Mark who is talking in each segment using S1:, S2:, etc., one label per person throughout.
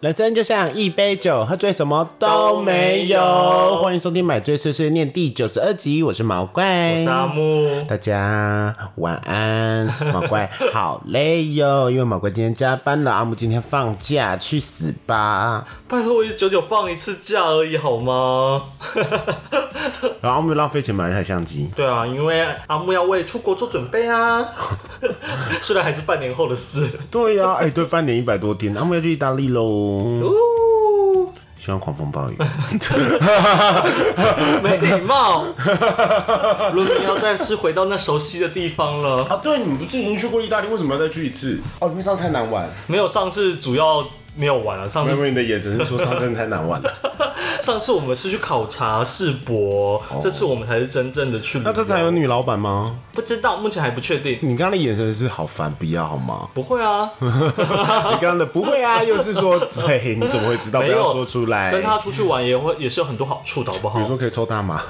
S1: 人生就像一杯酒，喝醉什么都没有。欢迎收听《买醉碎碎念》第九十二集，我是毛怪，
S2: 我是阿木。
S1: 大家晚安，毛怪好累哟，因为毛怪今天加班了，阿木今天放假，去死吧！
S2: 拜托，我九九放一次假而已，好吗？
S1: 然后阿木浪费钱买了一台相机，
S2: 对啊，因为阿木要为出国做准备啊， 虽然还是半年后的事。
S1: 对 呀、哎、对，半年一百多天，阿木要去意大利 喽，
S2: 呜，
S1: 希望狂风暴雨。
S2: 没礼貌。伦明要再次回到那熟悉的地方了。
S1: 啊，对，你们不是已经去过意大利，为什么要再去一次？哦，因为上次太难玩。
S2: 没有上次主要没有玩了，啊上
S1: 妹
S2: 次
S1: 妹，你的眼神是说上次太难玩了。
S2: 上次我们是去考察世博，这次我们才是真正的去旅游。
S1: 那这次还有女老板吗？
S2: 不知道，目前还不确定。
S1: 你刚刚的眼神是好烦，不要好吗？
S2: 不会啊，
S1: 你刚刚的不会啊，又是说对，你怎么会知道？不
S2: 没
S1: 要
S2: 有
S1: 说出来。
S2: 跟他出去玩也会也是有很多好处的，好不好
S1: 比如？说可以抽大 麻。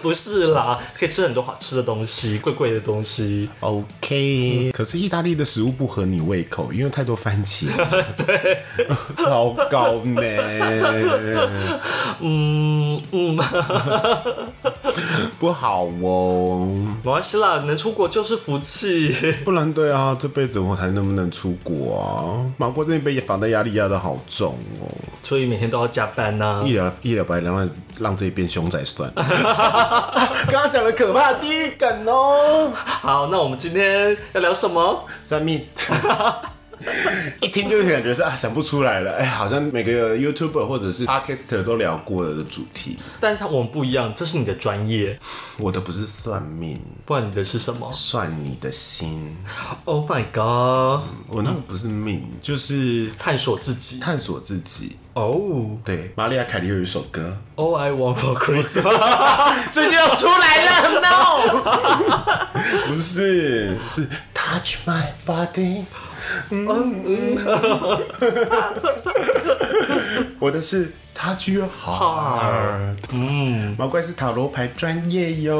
S2: 不是啦，可以吃很多好吃的东西，贵贵的东西。
S1: OK，、可是意大利的食物不合你胃口，因为太多番 茄。对，糟糕呢，
S2: 嗯嗯，
S1: 不好哦。
S2: 没关系啦，能出国就是福气。
S1: 不然对啊，这辈子我还能不能出国啊？马国这一辈房贷压力压得好重哦，
S2: 所以每天都要加班啊呐、
S1: 一了一了百了让让这一边凶仔算。刚刚讲了可怕的地狱梗哦，
S2: 好，那我们今天要聊什么？
S1: 算命。 一听就是感觉是啊，想不出来了。哎、好像每个 YouTuber 或者是 Podcaster 都聊过了的主题。
S2: 但是我们不一样，这是你的专业，
S1: 我的不是算命，
S2: 不然你的是什么
S1: 算你的心。
S2: ？Oh my god！
S1: 我那个不是命，就是
S2: 探索自己。
S1: 探索自己。
S2: 哦
S1: 对，玛利亚凯莉有一首歌，
S2: ，All I want for Christmas，
S1: 最近要出来了，no，不是，是 Touch My Body。嗯嗯，我的是 Touch Your Heart。嗯，毛怪是塔罗牌专业哟。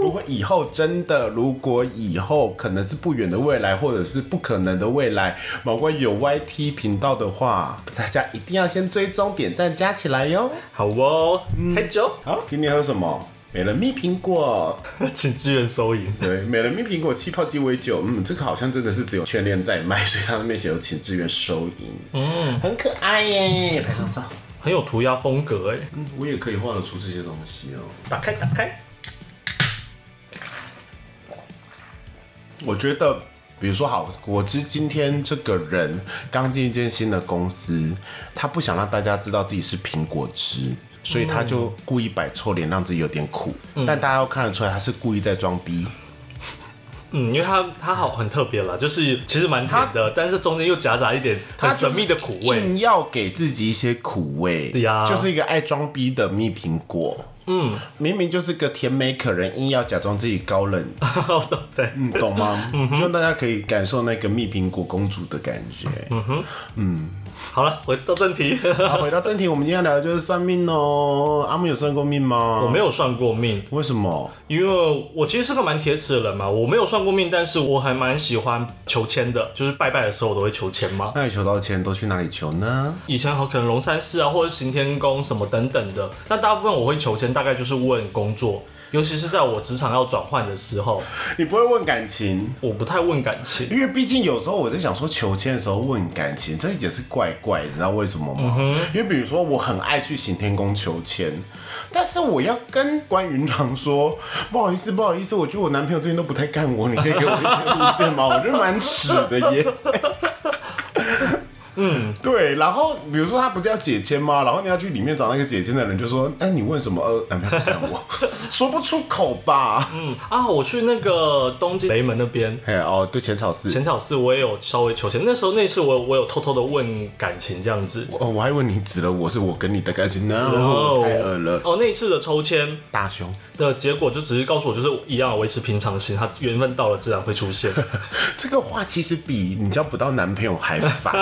S1: 如果以后真的，如果以后可能是不远的未来，或者是不可能的未来，毛怪有 YT 频道的话，大家一定要先追踪、点赞、加起来哟。
S2: 好哦，开酒，
S1: 好，今天喝什么？美人蜜苹果，
S2: 请支援收银。
S1: 对，美人蜜苹果气泡鸡尾酒，嗯，这个好像真的是只有全联在卖，所以它那边写有请支援收银，嗯，很可爱耶，拍张照，
S2: 很有涂鸦风格哎，
S1: 嗯，我也可以画得出这些东西哦，
S2: 打开打开，
S1: 我觉得。比如说，好，果汁今天这个人刚进一间新的公司，他不想让大家知道自己是苹果汁，所以他就故意摆臭脸，让自己有点苦。但大家都看得出来，他是故意在装逼。
S2: 嗯，因为它它好很特别啦，就是其实蛮甜的，但是中间又夹杂一点很神秘的苦味。
S1: 硬要给自己一些苦味，
S2: 对呀
S1: 就是一个爱装逼的蜜苹果。嗯，明明就是个甜美可人，硬要假装自己高 冷，
S2: 对，
S1: 你懂吗？
S2: 嗯
S1: 希望大家可以感受那个蜜苹果公主的感觉。
S2: 嗯 好了，回到正题，
S1: 好，回到正题，我们今天要聊的就是算命哦。阿木有算过命吗？
S2: 我没有算过命，
S1: 为什么？
S2: 因为我其实是个蛮铁齿的人嘛，我没有算过命，但是我还蛮喜欢求签的，就是拜拜的时候我都会求签嘛。
S1: 那你求到的钱都去哪里求呢？
S2: 以前好可能龙山寺啊，或者行天宫什么等等的，那大部分我会求签，大概就是问工作，尤其是在我职场要转换的时候，
S1: 你不会问感情，
S2: 我不太问感情。
S1: 因为毕竟有时候我在想说求签的时候问感情，这也是怪怪，你知道为什么吗？因为比如说我很爱去行天宫求签，但是我要跟关云长说，不好意思，不好意思，我觉得我男朋友最近都不太干我，你可以给我一些路线吗？我 觉得蛮耻的耶。嗯，对，然后比如说他不是要解签吗？然后你要去里面找那个解签的人，就说：“哎，你问什么？呃，男朋友不干我， 说不出口吧？”嗯，
S2: 啊，我去那个东京雷门那边
S1: 哎哦，对，浅草寺，
S2: 浅草寺，我也有稍微求签。那时候那次我我有偷偷的问感情这样子。
S1: 哦，我还以为你指了我是我跟你的感情呢，
S2: 哦
S1: 太恶了，
S2: 哦，那一次的抽签
S1: 大胸，
S2: 的结果就只是告诉我，就是一样维持平常心，他缘分到了自然会出现。
S1: 这个话其实比你交不到男朋友还 烦，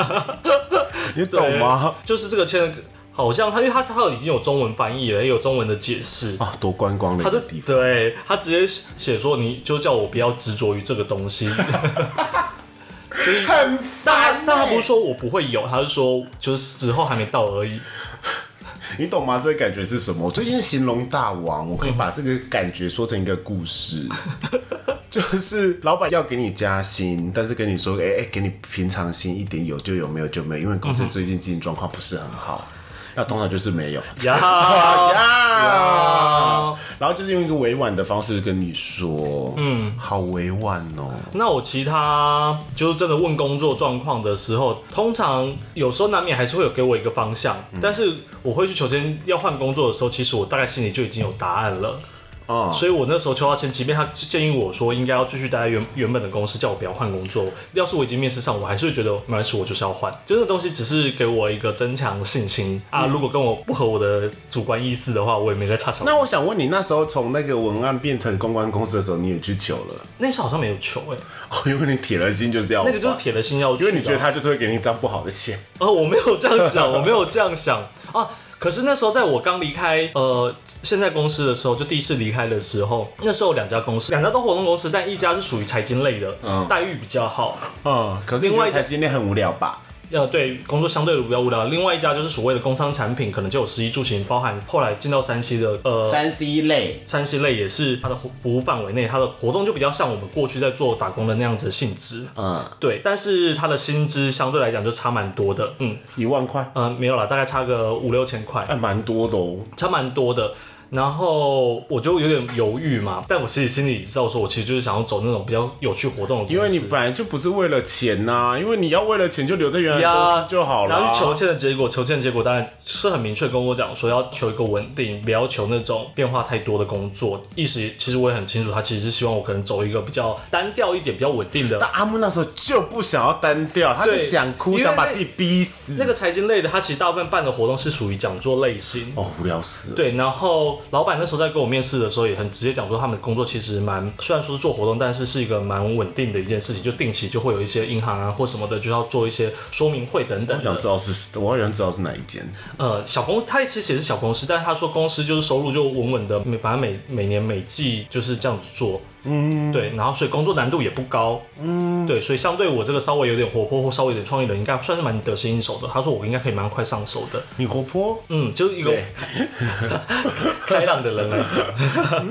S1: 你 懂吗？
S2: 就是这个签，好像他因为他他已经有中文翻译了，也有中文的解释。
S1: 啊，多观光了
S2: 他
S1: 一
S2: 就
S1: 个地方，
S2: 对他直接写说，你就叫我不要执着于这个东西。所以
S1: 很
S2: 大
S1: 烦
S2: 家大家
S1: 欸
S2: 不是说我不会有，他是说就是时候还没到而已。
S1: 你懂吗？这个感觉是什么？我最近形容大王，我可以把这个感觉说成一个故 事，就是老板要给你加薪，但是跟你说，哎、哎、给你平常心一点，有就有，没有就没有，因为公司最近经营状况不是很好。那通常就是没有，
S2: 呀
S1: 呀，然后就是用一个委婉的方式跟你说，嗯，好委婉哦，
S2: 那我其他就是真的问工作状况的时候，通常有时候难免还是会有给我一个方向，
S1: 嗯
S2: 但是我会去求签要换工作的时候，其实我大概心里就已经有答案了。
S1: 哦
S2: 所以我那时候邱到签，即便他建议我说应该要继续待在原原本的公司，叫我不要换工作，要是我已经面试上，我还是会觉得没关系，我就是要换。就那东西只是给我一个增强信心啊。
S1: 嗯
S2: 如果跟我不合我的主观意识的话，我也没在差什么。
S1: 那我想问你，那时候从那个文案变成公关公司的时候，你也去求了？
S2: 那时候好像没有求哎、
S1: 哦，因为你铁了心就这样，
S2: 那个就是铁了心要
S1: 因
S2: 去的啊，
S1: 为你觉得他就是会给你一张不好的钱，
S2: 哦，我没有这样想，我没有这样想啊。可是那时候，在我刚离开呃现在公司的时候，就第一次离开的时候，那时候有两家公司，两家都活动公司，但一家是属于财经类的，待遇比较好，
S1: 嗯，可是
S2: 另
S1: 另
S2: 外
S1: 外
S2: 一
S1: 一
S2: 个
S1: 台今天很无聊吧？
S2: 呃，对，工作相对的比较无聊。另外一家就是所谓的工商产品，可能就有食衣住行，包含后来进到山西的呃
S1: 三 C 类，
S2: 山西类也是它的服服务范围内，它的活动就比较像我们过去在做打工的那样子的性质。
S1: 嗯，
S2: 对，但是它的薪资相对来讲就差蛮多的，嗯，
S1: 一万块，
S2: 呃，没有啦，大概差个五六千块。
S1: 还蛮多的哦。
S2: 差蛮多的。然后我就有点犹豫嘛，但我其实心里知道，说我其实就是想要走那种比较有趣活动的公司，
S1: 因为你本来就不是为了钱呐、因为你要为了钱就留在 原来的公
S2: 呀
S1: 司就好了、
S2: 然后去求签的结果，求签的结果当然是很明确跟我讲说要求一个稳定，不要求那种变化太多的工作。意思其实我也很清楚，他其实是希望我可能走一个比较单调一点、比较稳定的
S1: 但阿木那时候就不想要单调，他就
S2: 对
S1: 想
S2: 因
S1: 哭，
S2: 为
S1: 想把
S2: 那
S1: 自己逼死
S2: 那。个财经类的。他其实大部分办的活动是属于讲座类型，
S1: 哦，无聊死了。
S2: 对，然后老板那时候在跟我面试的时候，也很直接讲说，他们的工作其实蛮，虽然说是做活动，但是是一个蛮稳定的一件事情，就定期就会有一些银行啊或什么的，就要做一些说明会等等
S1: 我想
S2: 的。
S1: 知道是，我好想知道是哪一间。
S2: 呃，小公司，他其实也是小公司，但是他说公司就是收入就稳稳的，每反正每每年每季就是这样子做。嗯，对，然后所以工作难度也不高，嗯，对，所以相对我这个稍微有点活泼或稍微有点创意的，应该算是蛮得心应手的。他说我应该可以蛮快上手的，
S1: 你活泼，
S2: 嗯，就是一个
S1: 对
S2: 开朗的人来讲。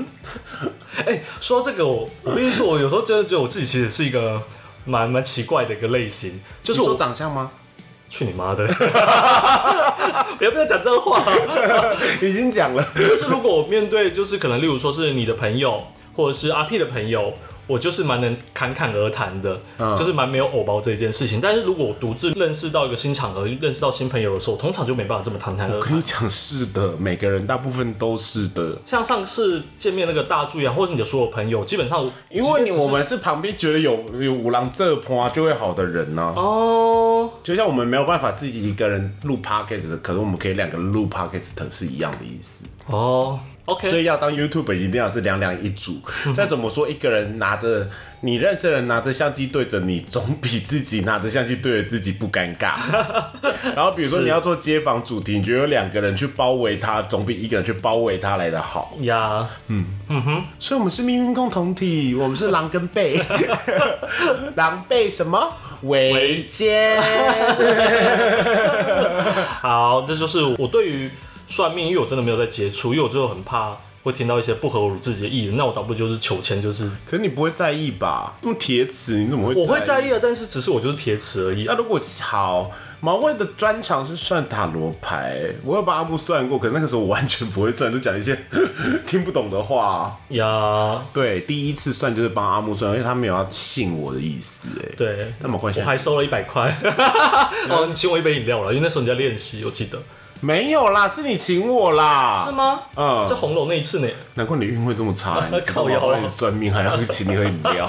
S2: 哎、说到这个，我我跟你说，我有时候真的觉得我自己其实是一个蛮蛮奇怪的一个类型，就
S1: 你
S2: 是
S1: 说
S2: 我
S1: 长相吗？
S2: 去你妈的！ 不要不要讲这话，
S1: 已经讲 了，
S2: 就是如果我面对就是可能例如说是你的朋友或者是阿 P 的朋友。我就是蛮能侃侃而谈的，
S1: 嗯
S2: 就是蛮没有偶包这一件事情。但是如果我独自认识到一个新场合、认识到新朋友的时候，我通常就没办法这么侃侃而
S1: 我
S2: 谈
S1: 跟。你讲是的，每个人大部分都是的。
S2: 像上次见面那个大柱呀，或者是你的所有朋友，基本上
S1: 因为你
S2: 即便只是
S1: 我们是旁边觉得有有五郎这盘就会好的人呢、
S2: 哦，
S1: 就像我们没有办法自己一个人录 podcast，可是我们可以两个人录 podcast 是一样的意思。
S2: 哦
S1: 所
S2: ，OK，
S1: 以要当 YouTube 一定要是两两一组。再怎么说，一个人拿着你认识的人拿着相机对着你，总比自己拿着相机对着自己不尴尬。然后比如说你要做街访主题，你觉得有两个人去包围他，总比一个人去包围他来的好。
S2: 呀，
S1: 所以我们是命运共同体，我们是狼跟狈， 狼狈什么围歼？
S2: 好，这就是我对于算命，因为我真的没有在接触，因为我就很怕会听到一些不合我自己的意见，那我倒不如就是求签，就是
S1: 可是你不会在意吧？这么铁齿，你怎么会？啊
S2: 我会在意啊的，但是只是我就是铁齿而已啊
S1: 那。如果好，毛怪的专长是算塔罗牌，我有帮阿木算过，可是那个时候我完全不会算，就讲一些 听不懂的话。
S2: 呀，
S1: 对，第一次算就是帮阿木算，因为他没有要信我的意思，哎，，
S2: 对，
S1: 那毛怪
S2: 我
S1: 现在
S2: 还收了一百块， 哦，你请我一杯饮料了，因为那时候你在练习，我记得
S1: 没有啦，是你请我啦，
S2: 是吗？
S1: 嗯
S2: 在红楼那一次呢。
S1: 难怪你运会这么差、你
S2: 靠腰啊
S1: 帮你算命还要请你喝饮料，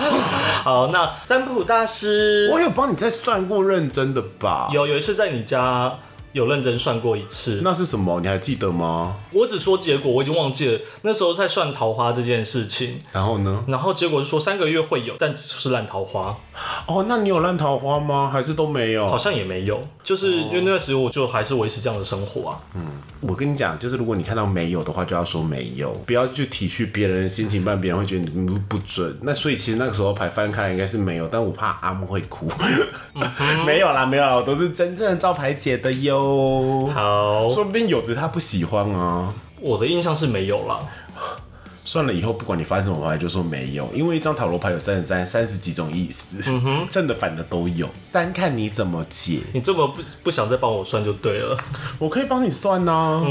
S2: 好，那占卜大师，
S1: 我有帮你再算过认真的吧？
S2: 有有一次在你家，有认真算过一次。
S1: 那是什么？你还记得吗？
S2: 我只说结果，我已经忘记了。那时候在算桃花这件事情，
S1: 然后呢？
S2: 然后结果是说三个月会有，但是烂桃花，
S1: 哦，那你有烂桃花吗？还是都没有？
S2: 好像也没有。就是因为那时候我就还是维持这样的生活啊。
S1: 我跟你讲，就是如果你看到没有的话，就要说没有，不要去体恤别人的心情，不然别人会觉得你不准。那所以其实那个时候牌翻开来应该是没有，但我怕阿木会哭。
S2: 嗯
S1: 没有啦，没有啦，我都是真正的招牌姐的哟。
S2: 好，
S1: 说不定有只是他不喜欢啊。
S2: 我的印象是没有啦。
S1: 算了，以后不管你翻什么牌，就说没有，因为一张塔罗牌有三十三、三十几种意思，
S2: 嗯
S1: 正的反的都有，单看你怎么解。
S2: 你这么不不想再帮我算就对了。
S1: 我可以帮你算呐、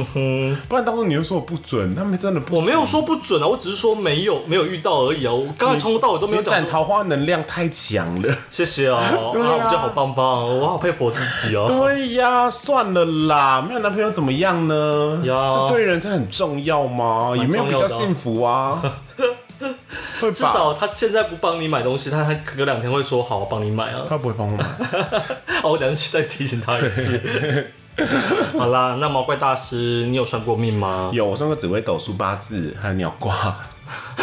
S1: 不然到时候你又说我不准，他们真的不
S2: 嗯我没有
S1: 行
S2: 说不准啊，我只是说没有没有遇到而已啊。我刚才从头到尾都没有
S1: 你
S2: 讲
S1: 斩
S2: 说。
S1: 桃花能量太强了。
S2: 谢谢哦，
S1: 对啊
S2: 啊，我觉得好棒棒哦，我好佩服我自 己哦。
S1: 对呀，算了啦，没有男朋友怎么样呢？
S2: 呀
S1: 这对人生很重要吗？有
S2: 蛮
S1: 没
S2: 重
S1: 有
S2: 要的
S1: 比较
S2: 啊
S1: 幸福啊？会
S2: 至
S1: 吧？
S2: 少他现在不帮你买东西，他他隔两天会说好，我帮你买啊。
S1: 他不会帮我买。
S2: 哦，我等一下再提醒他一次。好啦，那毛怪大师，你有算过命吗？
S1: 有，我算过紫微斗数、八字，还有鸟卦。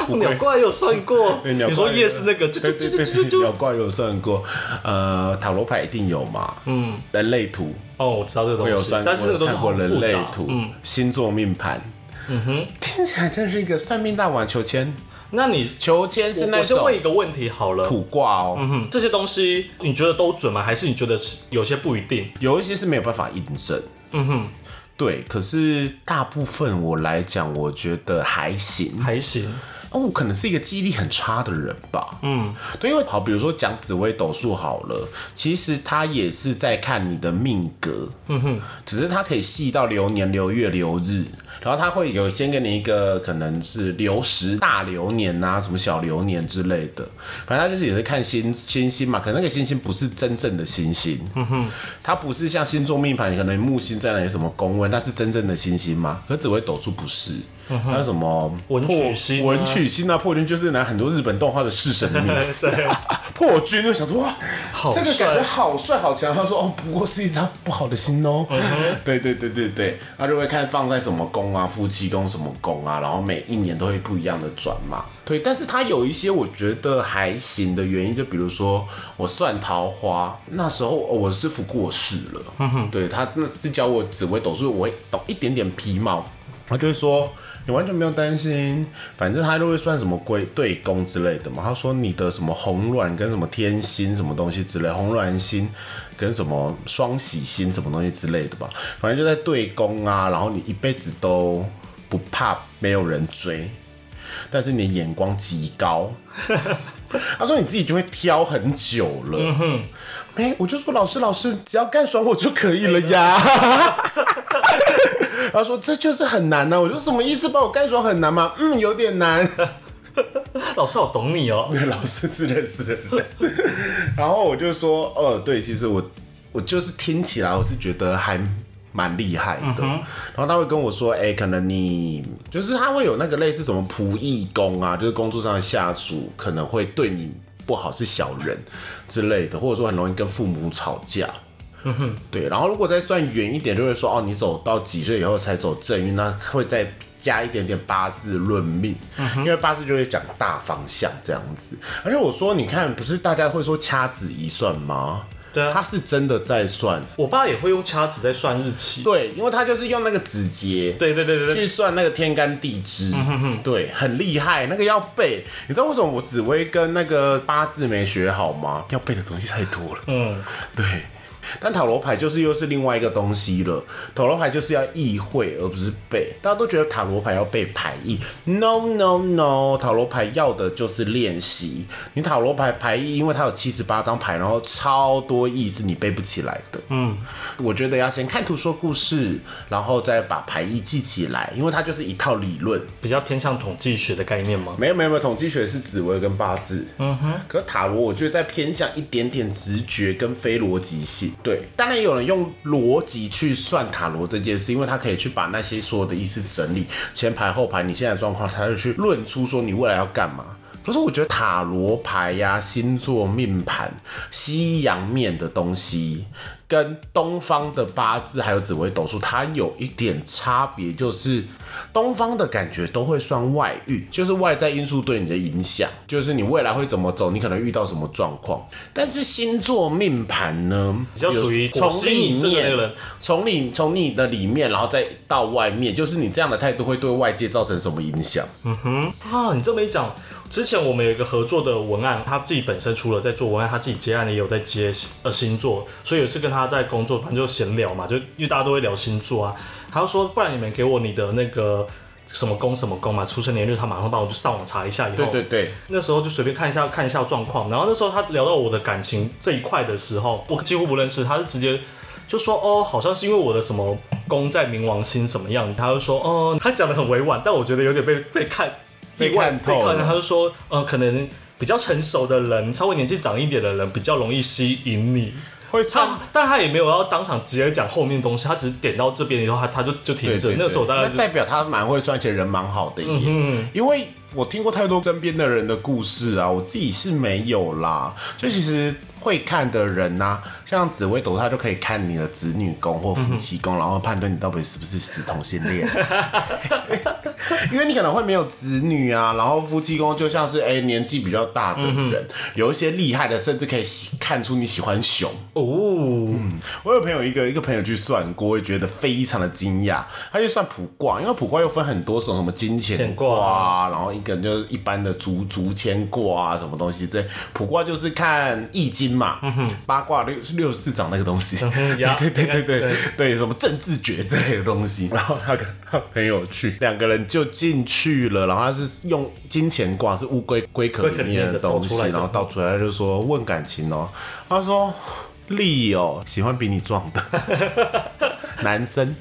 S2: 哦鸟怪有算过，
S1: 对鸟怪
S2: 你说
S1: 有
S2: yes 那个，就
S1: 对
S2: 就
S1: 对
S2: 就就
S1: 对
S2: 就
S1: 对，鸟
S2: 就。
S1: 卦有算过，呃，塔罗牌一定有嘛。嗯，人类图
S2: 哦，我知道这个
S1: 会有
S2: 东西
S1: 算，过，
S2: 但是那个东西
S1: 看
S2: 好
S1: 过人
S2: 复
S1: 类
S2: 杂。
S1: 图
S2: 嗯，
S1: 星座命盘。嗯哼，听起来真是一个算命大碗求签。
S2: 那你
S1: 求签是
S2: 我
S1: 那
S2: 我先
S1: 种
S2: 问一个问题好了，
S1: 卜卦哦，
S2: 嗯，这些东西你觉得都准吗？还是你觉得是有些不一定？
S1: 有一些是没有办法印证。嗯哼，对。可是大部分我来讲，我觉得还行。
S2: 还 行，
S1: 哦，我可能是一个记忆力很差的人吧。嗯，对，因为好，比如说讲紫微斗数好了，其实它也是在看你的命格。嗯哼，只是它可以细到流年、流月、流日，然后它会有先给你一个可能是流时、大流年啊，什么小流年之类的。反正它就是也是看星星星嘛，可能那个星星不是真正的星星。嗯哼，它不是像星座命盘，可能木星在哪里什么宫位，那是真正的星星吗？可紫微斗数不是。还有什么
S2: 文曲
S1: 破
S2: 星啊
S1: 嗯文曲星啊，破军就是拿很多日本动画的式神的名字。 啊破军就想说哇，
S2: 好
S1: 这个
S2: 帅
S1: 感觉好帅好强。他说哦，不过是一张不好的心哦。
S2: 嗯
S1: 对对对对对，他就会看放在什么宫啊，夫妻宫什么宫啊，然后每一年都会不一样的转嘛。对，但是他有一些我觉得还行的原因，就比如说我算桃花，那时候哦我师傅过世
S2: 嗯
S1: 了，对他那是教我紫微斗数，我会懂一点点皮毛，他就会说你完全不用担心，反正他就会算什么归对宫之类的嘛。他说你的什么红鸾跟什么天星什么东西之类，红鸾星跟什么双喜星什么东西之类的吧，反正就在对宫啊，然后你一辈子都不怕没有人追，但是你的眼光极 高。他说你自己就会挑很久了，嗯哼，没，我就说老师老师，只要干爽我就可以了哎呀。他说这就是很难啊呢、我说什么意思？把我干爽很难吗？嗯，有点难。
S2: 老师好懂你哦。
S1: 对，老师真的是很累。然后我就说，呃，对，其实我我就是听起来我是觉得还蛮厉害的。然后他会跟我说，哎、可能你就是他会有那个类似什么仆役工啊，就是工作上的下属可能会对你不好，是小人之类的，或者说很容易跟父母吵架。对，然后如果再算远一点，就会说哦，你走到几岁以后才走正运，那会再加一点点八字论命，
S2: 嗯
S1: 因为八字就会讲大方向这样子。而且我说，你看，不是大家会说掐指一算吗？
S2: 对啊
S1: 他是真的在算，
S2: 我爸也会用掐指在算日期。
S1: 对，因为他就是用那个指节，
S2: 对嗯对对对对，
S1: 去算那个天干地支，对，很厉害，那个要背。你知道为什么我紫薇跟那个八字没学好吗？要背的东西太多了。嗯，对。但塔罗牌就是又是另外一个东西了，塔罗牌就是要意会，而不是背。大家都觉得塔罗牌要背牌意，no no no，塔罗牌要的就是练习。你塔罗牌牌意，因为它有七十八张牌，然后超多意是你背不起来的。嗯，我觉得要先看图说故事，然后再把牌意记起来，因为它就是一套理论。
S2: 比较偏向统计学的概念吗？
S1: 没有没有没有，统计学是紫微跟八字，嗯哼。可是塔罗我觉得在偏向一点点直觉跟非逻辑性。对，当然也有人用逻辑去算塔罗这件事，因为他可以去把那些所有的意思整理，前排后排你现在的状况，他就去论出说你未来要干嘛。可是我觉得塔罗牌呀、星座命盘、西洋面的东西，跟东方的八字还有紫微斗数，它有一点差别，就是东方的感觉都会算外遇，就是外在因素对你的影响，就是你未来会怎么走，你可能遇到什么状况。但是星座命盘呢，比
S2: 较属于
S1: 从
S2: 火星
S1: 里
S2: 引证的那个
S1: 面
S2: 人，
S1: 从你从你的里面，然后再到外面，就是你这样的态度会对外界造成什么影响？
S2: 啊，你这么一讲，之前我们有一个合作的文案，他自己本身除了在做文案，他自己接案也有在接呃星座，所以有一次跟他在工作，反正就闲聊嘛，就因为大家都会聊星座啊，他就说不然你们给我你的那个什么宫什么宫嘛，出生年月日，他马上帮我就上网查一下，以后
S1: 对对对，
S2: 那时候就随便看一下看一下状况，然后那时候他聊到我的感情这一块的时候，我几乎不认识，他是直接就说哦，好像是因为我的什么宫在冥王星什么样，他就说哦，他讲的很委婉，但我觉得有点被被看
S1: 被看透
S2: 被看
S1: 了
S2: 他就说呃，可能比较成熟的人，稍微年纪长一点的人比较容易吸引你。
S1: 会
S2: 他，但他也没有要当场直接讲后面的东西，他只是点到这边以后，他他就就停
S1: 对
S2: 止。嗯
S1: 对对
S2: 那时候我大概
S1: 那
S2: 是
S1: 代表他蛮会算，而且人蛮好的耶。因为我听过太多身边的人的故事啊，我自己是没有啦。就其实会看的人呐、啊像紫微斗数，他就可以看你的子女宫或夫妻
S2: 嗯
S1: 宫，然后判断你到底是不是死同性恋。 因为你可能会没有子女啊，然后夫妻宫就像是哎、年纪比较大的
S2: 嗯
S1: 人，有一些厉害的，甚至可以看出你喜欢熊。
S2: 哦，
S1: 我有朋友一个一个朋友去算过，我也觉得非常的惊讶。他去算卜卦，因为卜卦又分很多种，什么金钱
S2: 钱
S1: 卦
S2: 卦
S1: 啊，然后一个就是一般的竹竹签卦啊，什么东西这卜卦就是看易经嘛，八卦六六四掌那个东西，
S2: 哼呀
S1: 对对对对对
S2: 对
S1: 对，什么政治学之类的东西。然后他跟他朋友去，两个人就进去了，然后他是用金钱卦是乌龟龟壳
S2: 龟壳
S1: 里
S2: 里
S1: 面
S2: 面
S1: 的
S2: 的
S1: 东
S2: 倒
S1: 西
S2: 出来，的
S1: 然后倒出来他就说问感情哦，他说丽哦喜欢比你壮的。 男生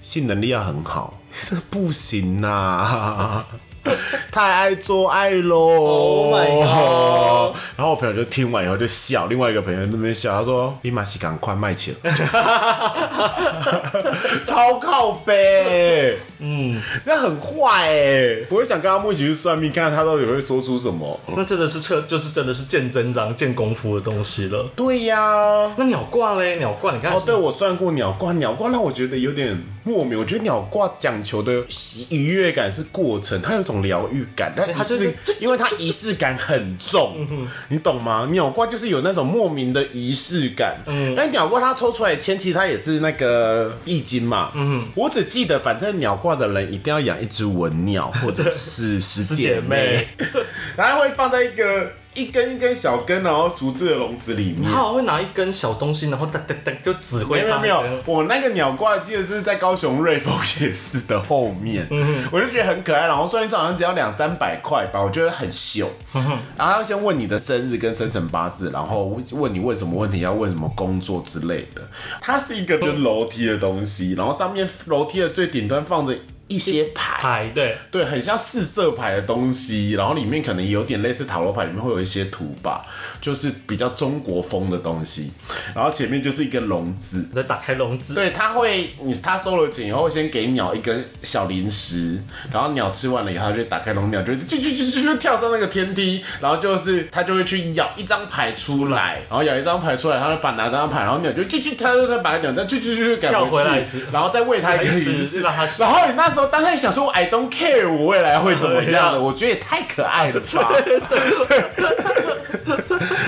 S1: 性能力要很好， 这不行呐、 太爱做爱喽
S2: Oh my god
S1: 然后我朋友就听完以后就笑，另外一个朋友在那边笑，他说：“你马西赶快卖钱， 超靠背。”嗯，这样很坏哎、我也想跟阿木一起去算命，看看他到底会说出什么。
S2: 那真的是彻，就是真的是见真章、见功夫的东西了。
S1: 对呀、
S2: 那鸟卦嘞？鸟卦，你看
S1: 哦，对，我算过鸟卦，鸟卦让我觉得有点莫名。我觉得鸟卦讲求的喜愉悦感是过程，它有一种疗愈感，但仪
S2: 它就是
S1: 式，因为它仪式感很重，你懂吗？鸟卦就是有那种莫名的仪式感。嗯，但鸟卦它抽出来签，其实它也是那个易经嘛。嗯，我只记得，反正鸟卦的人一定要养一只文鸟或者是 十姐
S2: 姐妹
S1: 妹， 然后会放在一个一根一根小根，然后竹制的笼子里面
S2: 他。好像会拿一根小东西，然后哒哒哒就指挥
S1: 没有
S2: 他。
S1: 没有，我那个鸟挂记得是在高雄瑞丰夜市的后面，我就觉得很可爱，然后算一算好像只要两三百块吧，我觉得很秀。然后要先问你的生日跟生辰八字，然后问你问什么问题，要问什么工作之类的。它是一个就是楼梯的东西，然后上面楼梯的最顶端放着一些牌。
S2: 排对，
S1: 对，很像四色牌的东西，然后里面可能有点类似塔罗牌，里面会有一些图吧，就是比较中国风的东西。然后前面就是一个笼子，
S2: 你再打开笼子，
S1: 对，他会，你他收了钱以后，会先给鸟一个小零食，然后鸟吃完了以后，它就打开笼，鸟就就就就就就跳上那个天梯，然后就是它就会去咬一张牌出来，然后咬一张牌出来，它就把拿张牌，然后鸟就就就它就再把鸟再就就就就赶
S2: 跳
S1: 回
S2: 回
S1: 去
S2: 来吃
S1: 然后再喂它一个
S2: 还是
S1: 零食，
S2: 让它吃
S1: 然后你那时候当下想说，I don't care，我未来会怎么样
S2: 对
S1: 的，
S2: 啊
S1: 我觉得也太可爱了吧。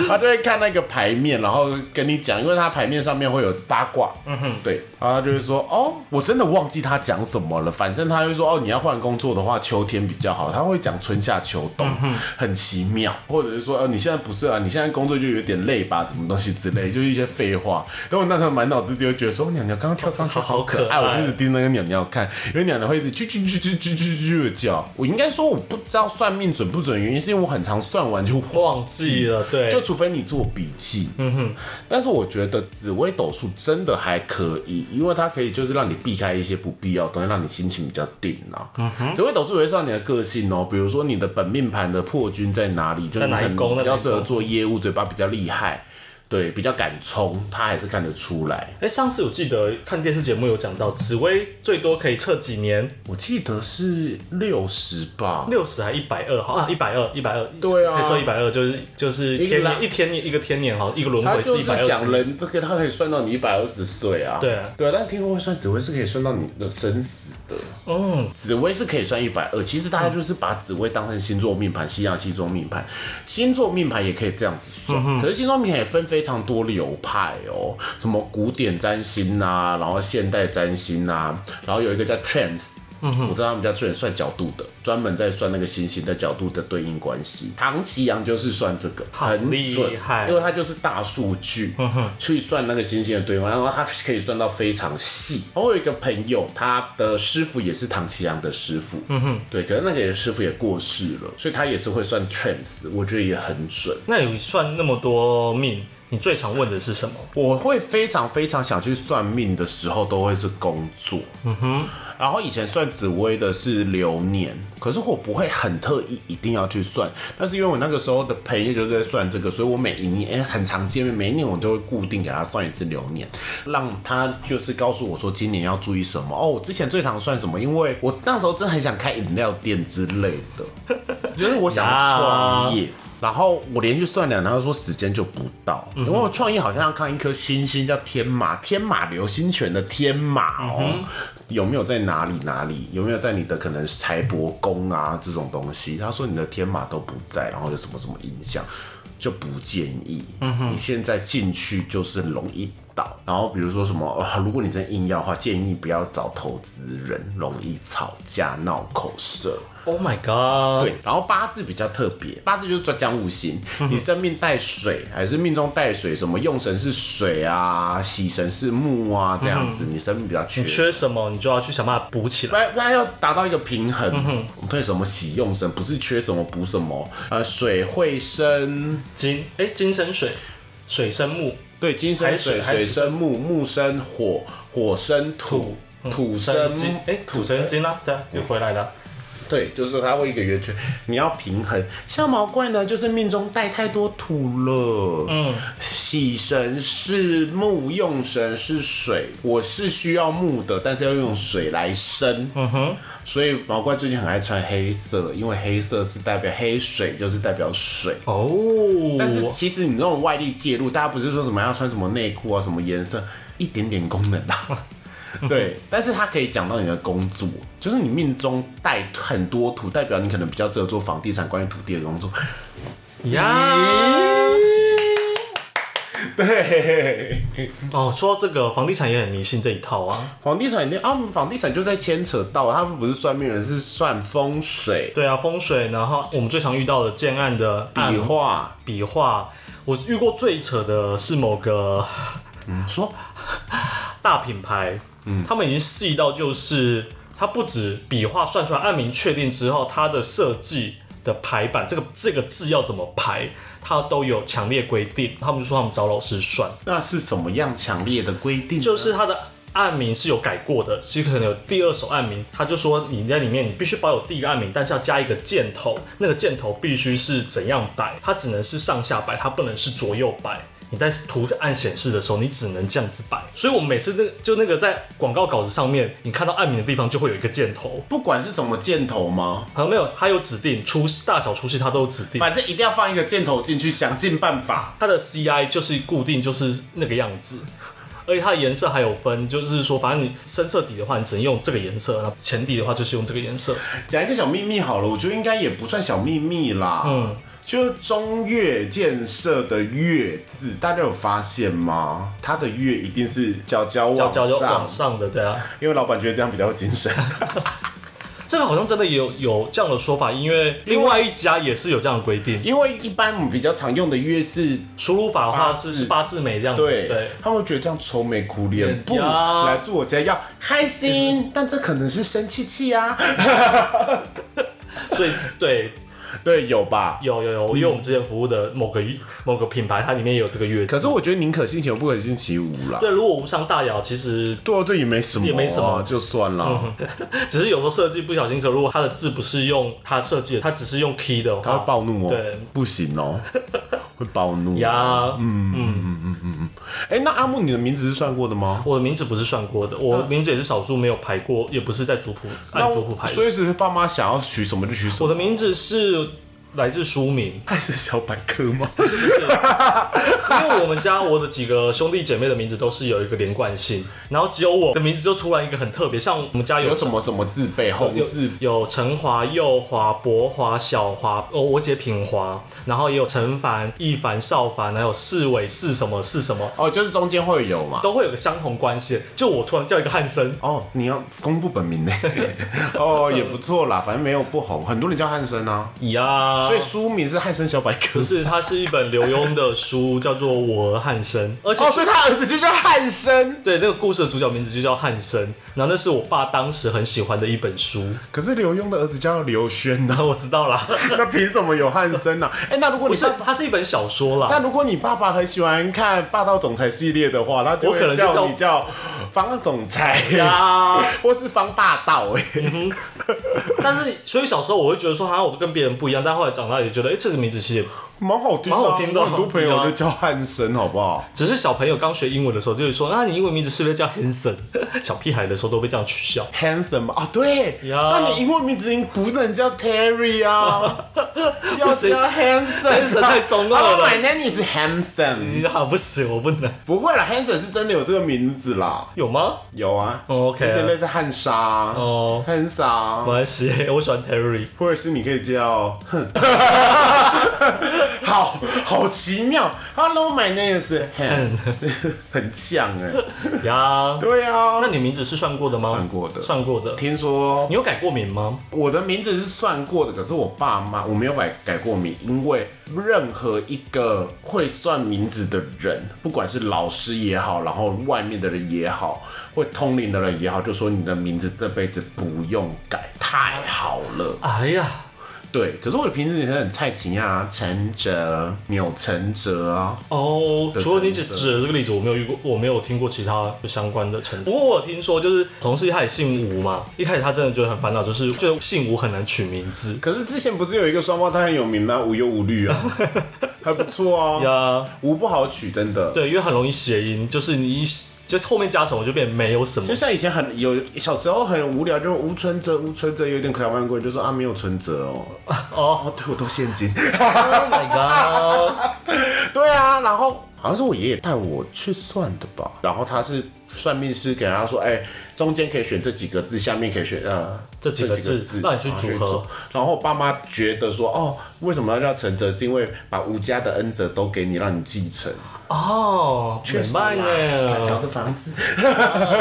S1: 他就会看那个牌面，然后跟你讲，因为他牌面上面会有八卦，嗯哼，对，然后他就会说，哦，我真的忘记他讲什么了，反正他会说，哦，你要换工作的话，秋天比较好，他会讲春夏秋冬，
S2: 嗯
S1: 很奇妙，或者是说，呃，你现在不是啊，你现在工作就有点累吧，什么东西之类，就是一些废话。然后我那时候满脑子就会觉得说，哦鸟鸟刚刚跳上去好可爱，
S2: 好可
S1: 我
S2: 爱
S1: 就一直盯那个鸟鸟看，因为鸟鸟会一直啾啾啾啾啾啾啾的叫。我应该说我不知道算命准不准，原因是因为我很常算完就忘。
S2: 忘记了，对，
S1: 就除非你做笔记，嗯哼。但是我觉得紫微斗数真的还可以，因为它可以就是让你避开一些不必要的东西，让你心情比较定啊。嗯哼。紫微斗数也会算你的个性哦，比如说你的本命盘的破军在哪里，就是
S2: 在
S1: 你
S2: 哪一
S1: 可能
S2: 宫
S1: 比
S2: 在哪
S1: 较
S2: 一
S1: 适合
S2: 宫
S1: 做业务，嘴巴比较厉害。对，比较敢冲，他还是看得出来。
S2: 哎，上次我记得看电视节目有讲到，紫薇最多可以测几年？
S1: 我记得是六十吧，
S2: 六十还一百二？好啊，一百二，一百二，
S1: 对啊
S2: 可以测一百二，就是就是
S1: 一个
S2: 天
S1: 啦
S2: 年一天年一个天年，好，一个轮
S1: 他
S2: 回
S1: 就是
S2: 一
S1: 是
S2: 百
S1: 讲
S2: 二。
S1: 人，这个他可以算到你一百二十岁啊。
S2: 对啊
S1: 对啊，但天空会算紫薇是可以算到你的生死的。
S2: 嗯，
S1: 紫薇是可以算一百二，其实大家就是把紫薇当成星座命盘，西洋星座命盘，星座命盘也可以这样子算。可是星座命盘也分非常多流派哦，什么古典占星啊，然后现代占星啊，然后有一个叫 Chance。我
S2: 嗯
S1: 知道他们家专门算角度的，专门在算那个行星的角度的对应关系。唐奇阳就是算这个，
S2: 好
S1: 很
S2: 厉
S1: 准，
S2: 害嗯
S1: 因为它就是大数据去算那个星星的对应，然后它可以算到非常细。我有一个朋友，他的师傅也是唐奇阳的师傅，嗯哼，对，可是那个师傅也过世了，所以他也是会算 trends，我觉得也很准。
S2: 那你算那么多命，你最常问的是什么？
S1: 我会非常非常想去算命的时候，都会是工作。嗯哼，然后以前算紫薇的是流年，可是我不会很特意一定要去算，但是因为我那个时候的朋友就在算这个，所以我每一年哎、很常见面，每一年我就会固定给他算一次流年，让他就是告诉我说今年要注意什么。哦，我之前最常算什么？因为我那时候真的很想开饮料店之类的，就是我想创业。然后我连续算两，然后说时间就不到，因为我创意好像要看一颗星星叫天马，天马流星拳的天马哦，有没有在哪里哪里？有没有在你的可能财帛宫啊这种东西？他说你的天马都不在，然后有什么什么影响，就不建议。你现在进去就是容易倒，然后比如说什么，呃如果你真硬要的话，建议不要找投资人，容易吵架闹口舌。
S2: Oh my god！
S1: 对，然后八字比较特别，八字就是专讲五 行，你生命带水还是命中带水，什么用神是水啊，喜神是木啊，这样子，你生命比较缺。
S2: 缺什么嗯你就要去想办法补起来。
S1: 那那要达到一个平衡，
S2: 嗯
S1: 我们对什么喜用神，不是缺什么补什么，呃，水会生，
S2: 金哎，金生水，水生木，
S1: 对，金生
S2: 海
S1: 水，
S2: 水
S1: 水生木，木生火，火生土，土生
S2: 嗯生金哎，土生金啦，对啊，就回来了。
S1: 对，就是说它会一个圆圈，你要平衡。像毛怪呢，就是命中带太多土了。嗯，喜神是木，用神是水，我是需要木的，但是要用水来生。嗯哼，所以毛怪最近很爱穿黑色，因为黑色是代表黑水，就是代表水。
S2: 哦，
S1: 但是其实你那种外力介入，大家不是说什么要穿什么内裤啊，什么颜色，一点点功能啊。 对，但是它可以讲到你的工作，就是你命中带很多土，代表你可能比较适合做房地产关于土地的 工作。
S2: 呀。
S1: 对，
S2: 哦，说到这个，房地产也很迷信这一套啊。
S1: 房地产一定啊，房地产就在牵扯到，他们不是算命人，是算风水、
S2: 对啊，风水，然后我们最常遇到的建案的案
S1: 笔画。
S2: 笔画，我遇过最扯的是某个
S1: 你说
S2: 大品牌，他们已经细到就是，它不止笔画算出来，按名确定之后，它的设计的排版，这个这个字要怎么排，它都有强烈规定。他们就说他们找老师算，
S1: 那是怎么样强烈的规定呢？
S2: 就是它的案名是有改过的，是可能有第二手案名，他就说你在里面你必须保有第一个案名，但是要加一个箭头，那个箭头必须是怎样摆，它只能是上下摆，它不能是左右摆。你在图案显示的时候，你只能这样子摆，所以我们每次那个就那个在广告稿子上面，你看到案名的地方就会有一个箭头，
S1: 不管是什么箭头吗？
S2: 好像没有，它有指定出大小出戏，它都有指定。
S1: 反正一定要放一个箭头进去，想尽办法。
S2: 它的 CI 就是固定就是那个样子，而且它的颜色还有分，就是说反正你深色底的话，你只能用这个颜色；然后浅底的话，就是用这个颜色。
S1: 讲一个小秘密好了，我觉得应该也不算小秘密啦。嗯，就是中越建设的“越”字，大家有发现吗？它的“越”一定是角角
S2: 交
S1: 往
S2: 交就
S1: 上
S2: 往，上的，对啊，
S1: 因为老板觉得这样比较有精神。
S2: 这个好像真的有有这样的说法，因为另外一家也是有这样的规定。
S1: 因为一般我们比较常用的“越”是
S2: 输入法的
S1: 八
S2: 话
S1: 字
S2: 是是八字眉这样子，
S1: 对，
S2: 对。
S1: 他们会觉得这样愁眉苦脸，不
S2: 呀
S1: 来住我家要开心，但这可能是生气气啊。
S2: 所以对，
S1: 对，有吧？
S2: 有有有，因为我们之前服务的某个某个品牌，它里面也有这个月。
S1: 可是我觉得宁可信其有，不可信其无啦。
S2: 对，如果无伤大雅，其实
S1: 对啊，这也没什么啊，
S2: 也没什么嗯
S1: 就算了。
S2: 只是有时候设计不小心，可如果它的字不是用它设计的，它只是用 key 的话，
S1: 他会暴怒哦，
S2: 对，
S1: 不行哦，会暴怒。
S2: 呀，
S1: 哎、那阿木，你的名字是算过的吗？
S2: 我的名字不是算过的，
S1: 嗯
S2: 我名字也是少数没有排过，也不是在族谱按族谱排
S1: 所
S2: 的。
S1: 以是爸妈想要取什么就取什
S2: 我
S1: 么。
S2: 的名字是来自书名，
S1: 还是小百科吗？
S2: 因为我们家我的几个兄弟姐妹的名字都是有一个连贯性，然后只有我的名字就突然一个很特别，像我们家 有
S1: 有什么什么字辈？红
S2: 有
S1: 字
S2: 有陈华、佑华、博华、小华，哦，我姐品华，然后也有陈凡、一凡、少凡，还有四伟、四什么、四什么，
S1: 哦，就是中间会有嘛。
S2: 都会有个相同关系。就我突然叫一个汉生，
S1: 哦，你要公布本名 呢？哦，也不错啦，反正没有不红，很多人叫汉生啊，
S2: 呀，
S1: 所以书名是汉生小百科
S2: 不。是，它是一本刘墉的书，叫做《我和汉生》，而且
S1: 哦，所以他儿子就叫汉生。
S2: 对那个故事的主角名字就叫汉生，然后那是我爸当时很喜欢的一本书，
S1: 可是刘墉的儿子叫刘轩啊呢、
S2: 然后我知道啦，
S1: 那凭什么有汉生呢、哎、那如果
S2: 不
S1: 你
S2: 是
S1: 爸，
S2: 它是一本小说啦，
S1: 那如果你爸爸很喜欢看《霸道总裁》系列的话，那就
S2: 我可
S1: 会
S2: 能就
S1: 叫
S2: 叫
S1: 你叫方总裁呀、
S2: 呀。 嗯
S1: 或是方霸道哎、
S2: 但是，所以小时候我会觉得说，好像我都跟别人不一样。但后来长大也觉得，哎、这个名字其实也
S1: 蛮好听、啊，
S2: 蛮好听的
S1: 我很多朋友
S2: 对
S1: 就叫
S2: 啊
S1: 汉生，好不好？
S2: 只是小朋友刚学英文的时候就会说，那你英文名字是不是叫 Hanson？小 屁孩的时候都被这样取笑。
S1: Handsome 嘛，哦对，
S2: 呀
S1: 那你英文名字已经不能叫 Terry 啊，要
S2: 行
S1: 叫 Handsome，
S2: Hanson 太中二了
S1: Oh, my name is Handsome，
S2: 你啊，不行，我不能，
S1: 不会啦，Handsome 是真的有这个名字啦，
S2: 有吗？
S1: 有啊
S2: 哦，OK 啊
S1: 有点类似汉莎，
S2: 哦
S1: 汉莎
S2: 没，关系，我喜欢 Terry。
S1: 或者是你可以叫，哼 好好奇妙，Hello，my name is Han，很像哎、
S2: 呀，
S1: 对啊
S2: 那，你名字是算过的吗？
S1: 算过的
S2: 算过的。
S1: 听说
S2: 你有改过名吗？
S1: 我的名字是算过的，可是我爸妈我没有改改过名，因为任何一个会算名字的人，不管是老师也好，然后外面的人也好，会通灵的人也好，就说你的名字这辈子不用改，太好了。
S2: 哎呀，
S1: 对，可是我的名字也很蔡琴啊，陈哲、钮承哲啊，
S2: 哦，
S1: 的
S2: 除了你指
S1: 成色
S2: 指的这个例子，我没有遇过，我没有听过其他有相关的成。不过我有听说，就是同事他也姓吴嘛，一开始他真的觉得很烦恼，就是觉得姓吴很难取名 字。
S1: 可是之前不是有一个双胞胎很有名吗？无忧无虑 啊，还不错啊，
S2: 呀，
S1: 无不好取，真的。
S2: 对，因为很容易谐音，就是你一就后面加什么就变没有什么
S1: 就。像以前很有小时候很无聊，就无存折，无存折有点台湾贵，就说啊没有存折哦，
S2: 哦
S1: 哦对我都现金，
S2: ，Oh my god！
S1: 对啊，然后好像是我爷爷带我去算的吧，然后他是算命师给他说，哎、中间可以选这几个字，下面可以选呃
S2: 这几个字让你去组合，
S1: 然后然后我爸妈觉得说哦为什么要叫承泽，是因为把吴家的恩泽都给你，让你继承，
S2: 哦，很慢
S1: 板桥啊
S2: 呢。
S1: 的房子。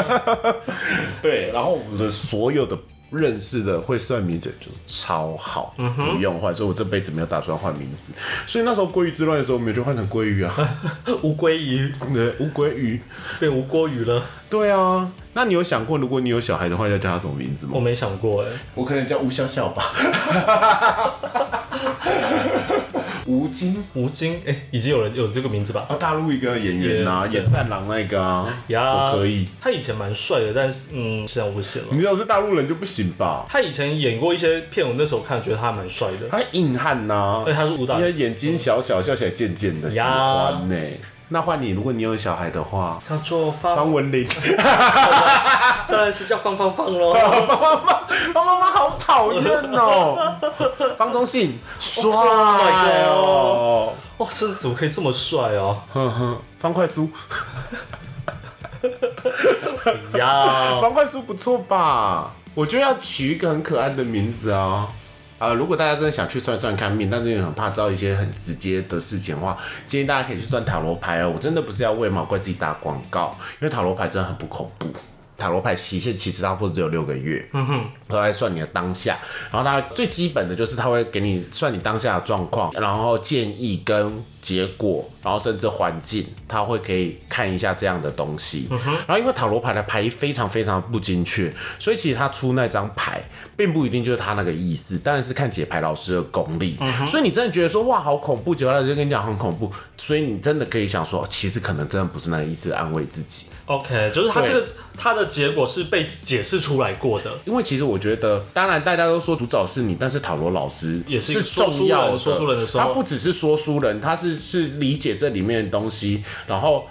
S1: 对，然后我的所有的认识的会算名字就超好，
S2: 嗯
S1: 不用换，所以我这辈子没有打算换名字。所以那时候鲑鱼之乱的时候，我们就换成鲑鱼啊，
S2: 乌龟鱼
S1: 对，乌龟鱼。
S2: 变无锅鱼了，
S1: 对啊，那你有想过，如果你有小孩的话，要叫他什么名字吗
S2: 我？没想过哎。
S1: 我可能叫吴笑 笑吧。吴京
S2: 吴京哎，已经有人有这个名字吧？
S1: 啊，大陆一个演员啊，
S2: 也
S1: 演战狼那个啊，
S2: 呀，
S1: 我可以。
S2: 他以前蛮帅的，但是嗯，现在我不行了。
S1: 你要是大陆人就不行吧？
S2: 他以前演过一些片，我那时候看觉得他蛮帅的，
S1: 他硬汉呐、啊
S2: 而且他是武打
S1: 因。为眼睛小小，笑起来贱贱的，喜
S2: 呀
S1: 欢呢、那换你，如果你有小孩的话，
S2: 他做方，
S1: 方文琳，
S2: 当然是叫方方方喽。
S1: 方妈妈好讨厌 哦。方中信，帅
S2: Oh my
S1: 哦，
S2: 哇，这怎么可以这么帅哦？
S1: 方块酥，
S2: 呀，
S1: 方块酥不错吧？我觉得要取一个很可爱的名字啊。呃，如果大家真的想去算算看命，但是又很怕知道一些很直接的事情的话，建议大家可以去算塔罗牌哦。我真的不是要为毛怪自己打广告，因为塔罗牌真的很不恐怖。塔罗牌期限其实差不多只有六个月，嗯哼，都在算你的当下。然后它最基本的就是它会给你算你当下的状况，然后建议跟结果，然后甚至环境，它会可以看一下这样的东西。然后因为塔罗牌的牌意非常非常不精确，所以其实他出那张牌并不一定就是他那个意思，当然是看解牌老师的功力。所以你真的觉得说哇好恐怖，解牌老师就跟你讲很恐怖，所哦以你真的可以想说，其实可能真的不是那个意思，安慰自己。
S2: OK，就是他这个他的的结果是被解释出来过的，
S1: 因为其实我觉得，当然大家都说主角是你，但是塔罗老师
S2: 也是一
S1: 是
S2: 个说书
S1: 重要的。
S2: 人说书人的时候
S1: 他不只是说书人，他是是理解这里面的东西，然后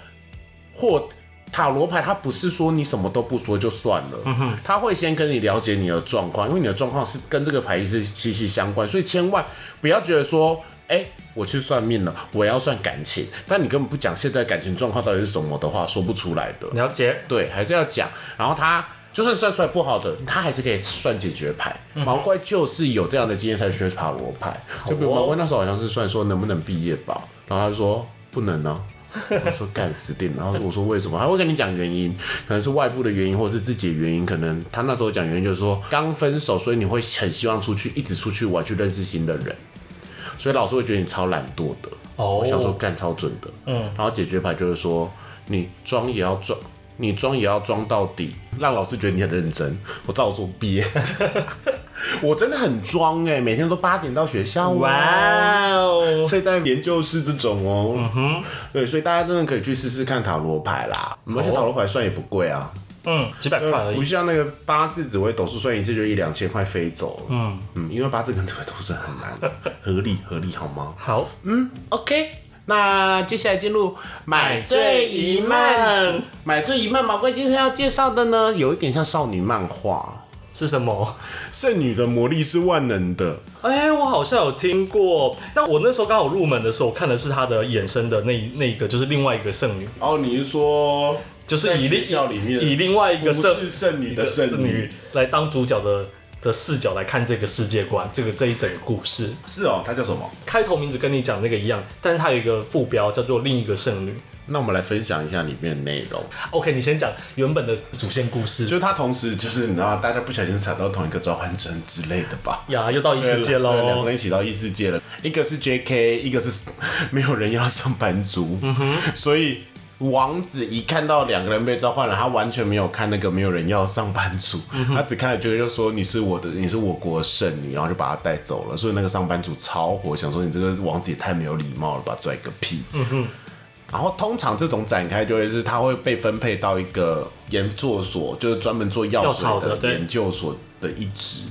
S1: 或塔罗牌，他不是说你什么都不说就算了，他会先跟你了解你的状况，因为你的状况是跟这个牌是息息相关，所以千万不要觉得说。哎、我去算命了，我要算感情，但你根本不讲现在感情状况到底是什么的话，说不出来的。
S2: 了解。
S1: 对，还是要讲。然后他就算算出来不好的，他还是可以算解决牌。毛怪就是有这样的经验才学塔罗牌。就比如毛怪那时候好像是算说能不能毕业吧，然后他就说不能啊。我说干死定了，然后我说为什么？他会跟你讲原因，可能是外部的原因，或者是自己的原因。可能他那时候讲原因就是说刚分手，所以你会很希望出去，一直出去玩，去认识新的人，所以老师会觉得你超懒惰的。
S2: 哦
S1: 我想说干超准的，嗯，然后解决牌就是说你装也要装，你装也要装到底，让老师觉得你很认真。我照做憋， 我真的很装哎、每天都八点到学校、哦，
S2: 哇哦，
S1: 睡在研究室这种哦，嗯哼，对，所以大家真的可以去试试看塔罗牌啦，而且塔罗牌算也不贵啊，
S2: 嗯，几百块而
S1: 不
S2: 已，
S1: 像那个八字紫微斗数算一次就一两千块飞走了，嗯嗯，因为八字跟紫微斗数很 难，合理合理好吗？
S2: 好，
S1: OK，那接下来进入买醉一漫。，买醉一漫，毛怪今天要介绍的呢，有一点像少女漫画。
S2: 是什么？
S1: 圣女的魔力是万能的，
S2: 哎、我好像有听过。那我那时候刚好入门的时候，我看的是他的衍生的那那个，就是另外一个圣女，
S1: 哦，你是说
S2: 就是
S1: 在
S2: 以
S1: 学
S2: 另
S1: 校里面
S2: 以另外一个圣
S1: 不是圣女的圣女
S2: 圣女嗯来当主角的的视角来看这个世界观，这个这一整个故事。
S1: 是哦？它叫什么？
S2: 开头名字跟你讲那个一样，但是它有一个副标叫做另一个圣女。
S1: 那我们来分享一下里面的内容。
S2: OK，你先讲原本的主线故事。
S1: 就是它同时就是你知道，大家不小心踩到同一个召唤针之类的吧？
S2: 呀，又到异世
S1: 对
S2: 界
S1: 两
S2: 喽
S1: 个！人一起到异世界了。一个是 J.K.，一个是 没有人要上班族，
S2: 嗯
S1: 所以王子一看到两个人被召唤了，他完全没有看那个没有人要上班族，
S2: 嗯
S1: 他只看了 J.K. 就说你是我的，你是我国的圣女，然后就把他带走了。所以那个上班族超火，想说你这个王子也太没有礼貌了吧，拽个屁。
S2: 嗯
S1: 然后通常这种展开就会是，他会被分配到一个研究所，就是专门做药水
S2: 药草的
S1: 的
S2: 对
S1: 研究所的一支。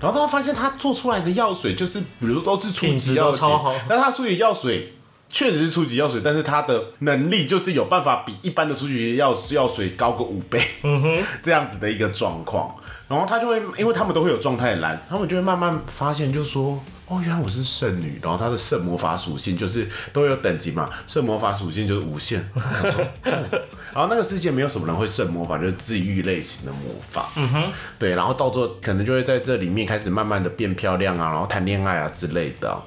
S1: 然后他发现他做出来的药水，就是比如都是初
S2: 品质
S1: 级
S2: 都
S1: 药水
S2: 超好，
S1: 但他初级药水确实是初级药水，但是他的能力就是有办法比一般的初级药药水高个五倍，嗯哼， 这样子的一个状况。然后他就会，因为他们都会有状态栏，他们就会慢慢发现，就说。哦，原来我是圣女，然后她的圣魔法属性就是都有等级嘛，圣魔法属性就是无限，然后那个世界没有什么人会圣魔法，就是治愈类型的魔法。嗯哼，对，然后到最后可能就会在这里面开始慢慢的变漂亮啊，然后谈恋爱啊之类的啊、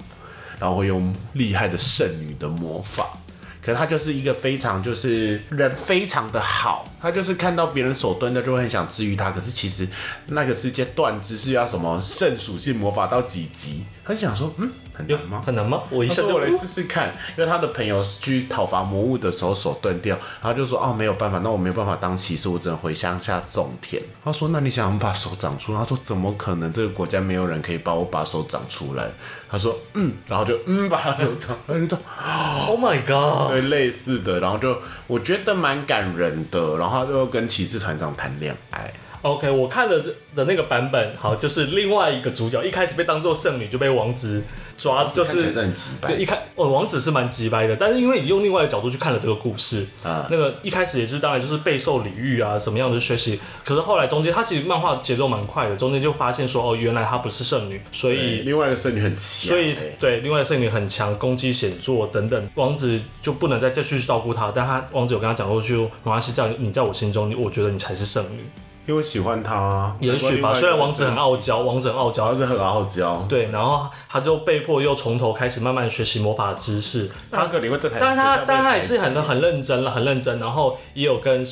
S1: 然后会用厉害的圣女的魔法。可是她就是一个非常就是人非常的好，她就是看到别人手端的就会很想治愈她。可是其实那个世界断知是要什么圣属性魔法到几级，她就想说嗯很难吗？
S2: 很难吗？我一
S1: 他
S2: 下
S1: 说
S2: 就
S1: 我来试试看，因为他的朋友去讨伐魔物的时候手断掉，他就说哦没有办法，那我没有办法当骑士，我只能回乡下种田。他说那你想把手长出来？他说怎么可能？这个国家没有人可以帮我把手长出来。他说嗯，然后就嗯把他手长，他就说
S2: Oh my god！
S1: 对类似的，然后就我觉得蛮感人的，然后他就跟骑士团长谈恋爱。
S2: OK，我看了的那个版本，好，就是另外一个主角一开始被当做圣女就被王子抓，就
S1: 看起来真
S2: 是
S1: 的很急
S2: 就
S1: 白，
S2: 一开哦，王子是蛮急掰的，但是因为你用另外的角度去看了这个故事，
S1: 啊
S2: 那个一开始也是当然就是备受礼遇啊，什么样的学习，可是后来中间他其实漫画节奏蛮快的，中间就发现说哦，原来她不是圣女，所以
S1: 另外一个剩女很强，
S2: 所以
S1: 欸
S2: 对，另外圣女很强，攻击显著等等，王子就不能再继续照顾她。但他王子有跟他讲过，就马来西亚你在我心中，你我觉得你才是圣女，
S1: 因为喜欢他啊，
S2: 也许吧。虽然王子很傲娇，王子很傲
S1: 王
S2: 娇，
S1: 子很傲娇，
S2: 对，然后他就被迫又从头开始慢慢学习魔法知识。
S1: 他
S2: 他，
S1: 可能会在台，
S2: 但是他，但他也是
S1: 很。
S2: 很很认真了，很认真，然后也有跟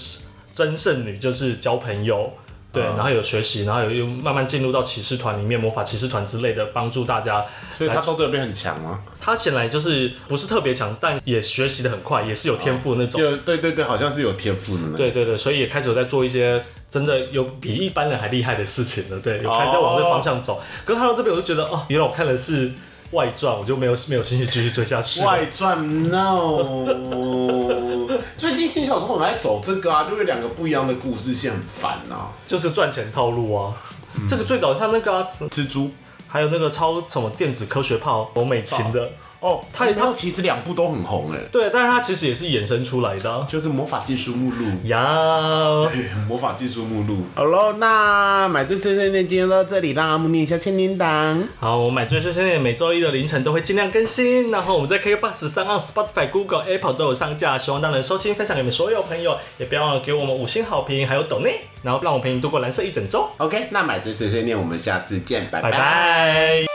S2: 真圣女就是交朋友。对，
S1: 啊
S2: 然后有学习，然后有又慢慢进入到骑士团里面，魔法骑士团之类的，帮助大家
S1: 所以他到这边很强啊，
S2: 他显然就是不是特别强，但也学习的很快，也是有天赋的那种。
S1: 就对对对，好像是有天赋的那个。
S2: 对对对，所以也开始有在做一些真的有比一哦般人还厉害的事情了。对，有开始在往这个方向走。可是看到这边，我就觉得哦，原来我看的是外传，我就没有没有兴趣继续追下去了。
S1: 外传 no。最近新小说很爱走这个啊，就有两个不一样的故事线，很烦啊。
S2: 就是赚钱套路啊。
S1: 嗯
S2: 这个最早像那个、啊，
S1: 蜘蛛
S2: 还有那个超什么电子科学炮欧美琴的，
S1: 哦，
S2: 他
S1: 他们其实两部都很红哎，
S2: 对，但是它其实也是衍生出来的啊
S1: 就是魔法技术目录。
S2: 呀。
S1: 魔法技术目录。好喽，那买醉碎碎念今天就到这里啦，我们念一下千年档。
S2: 好，我买醉碎碎念每周一的凌晨都会尽量更新，然后我们在 KKBOX 上、岸 Spotify、Google、Apple 都有上架，希望大家能收听，分享给你们所有朋友，也不要忘了给我们五星好评，还有抖内，然后让我陪你度过蓝色一整周，
S1: OK，那买醉碎碎念，我们下次见，拜
S2: 拜拜。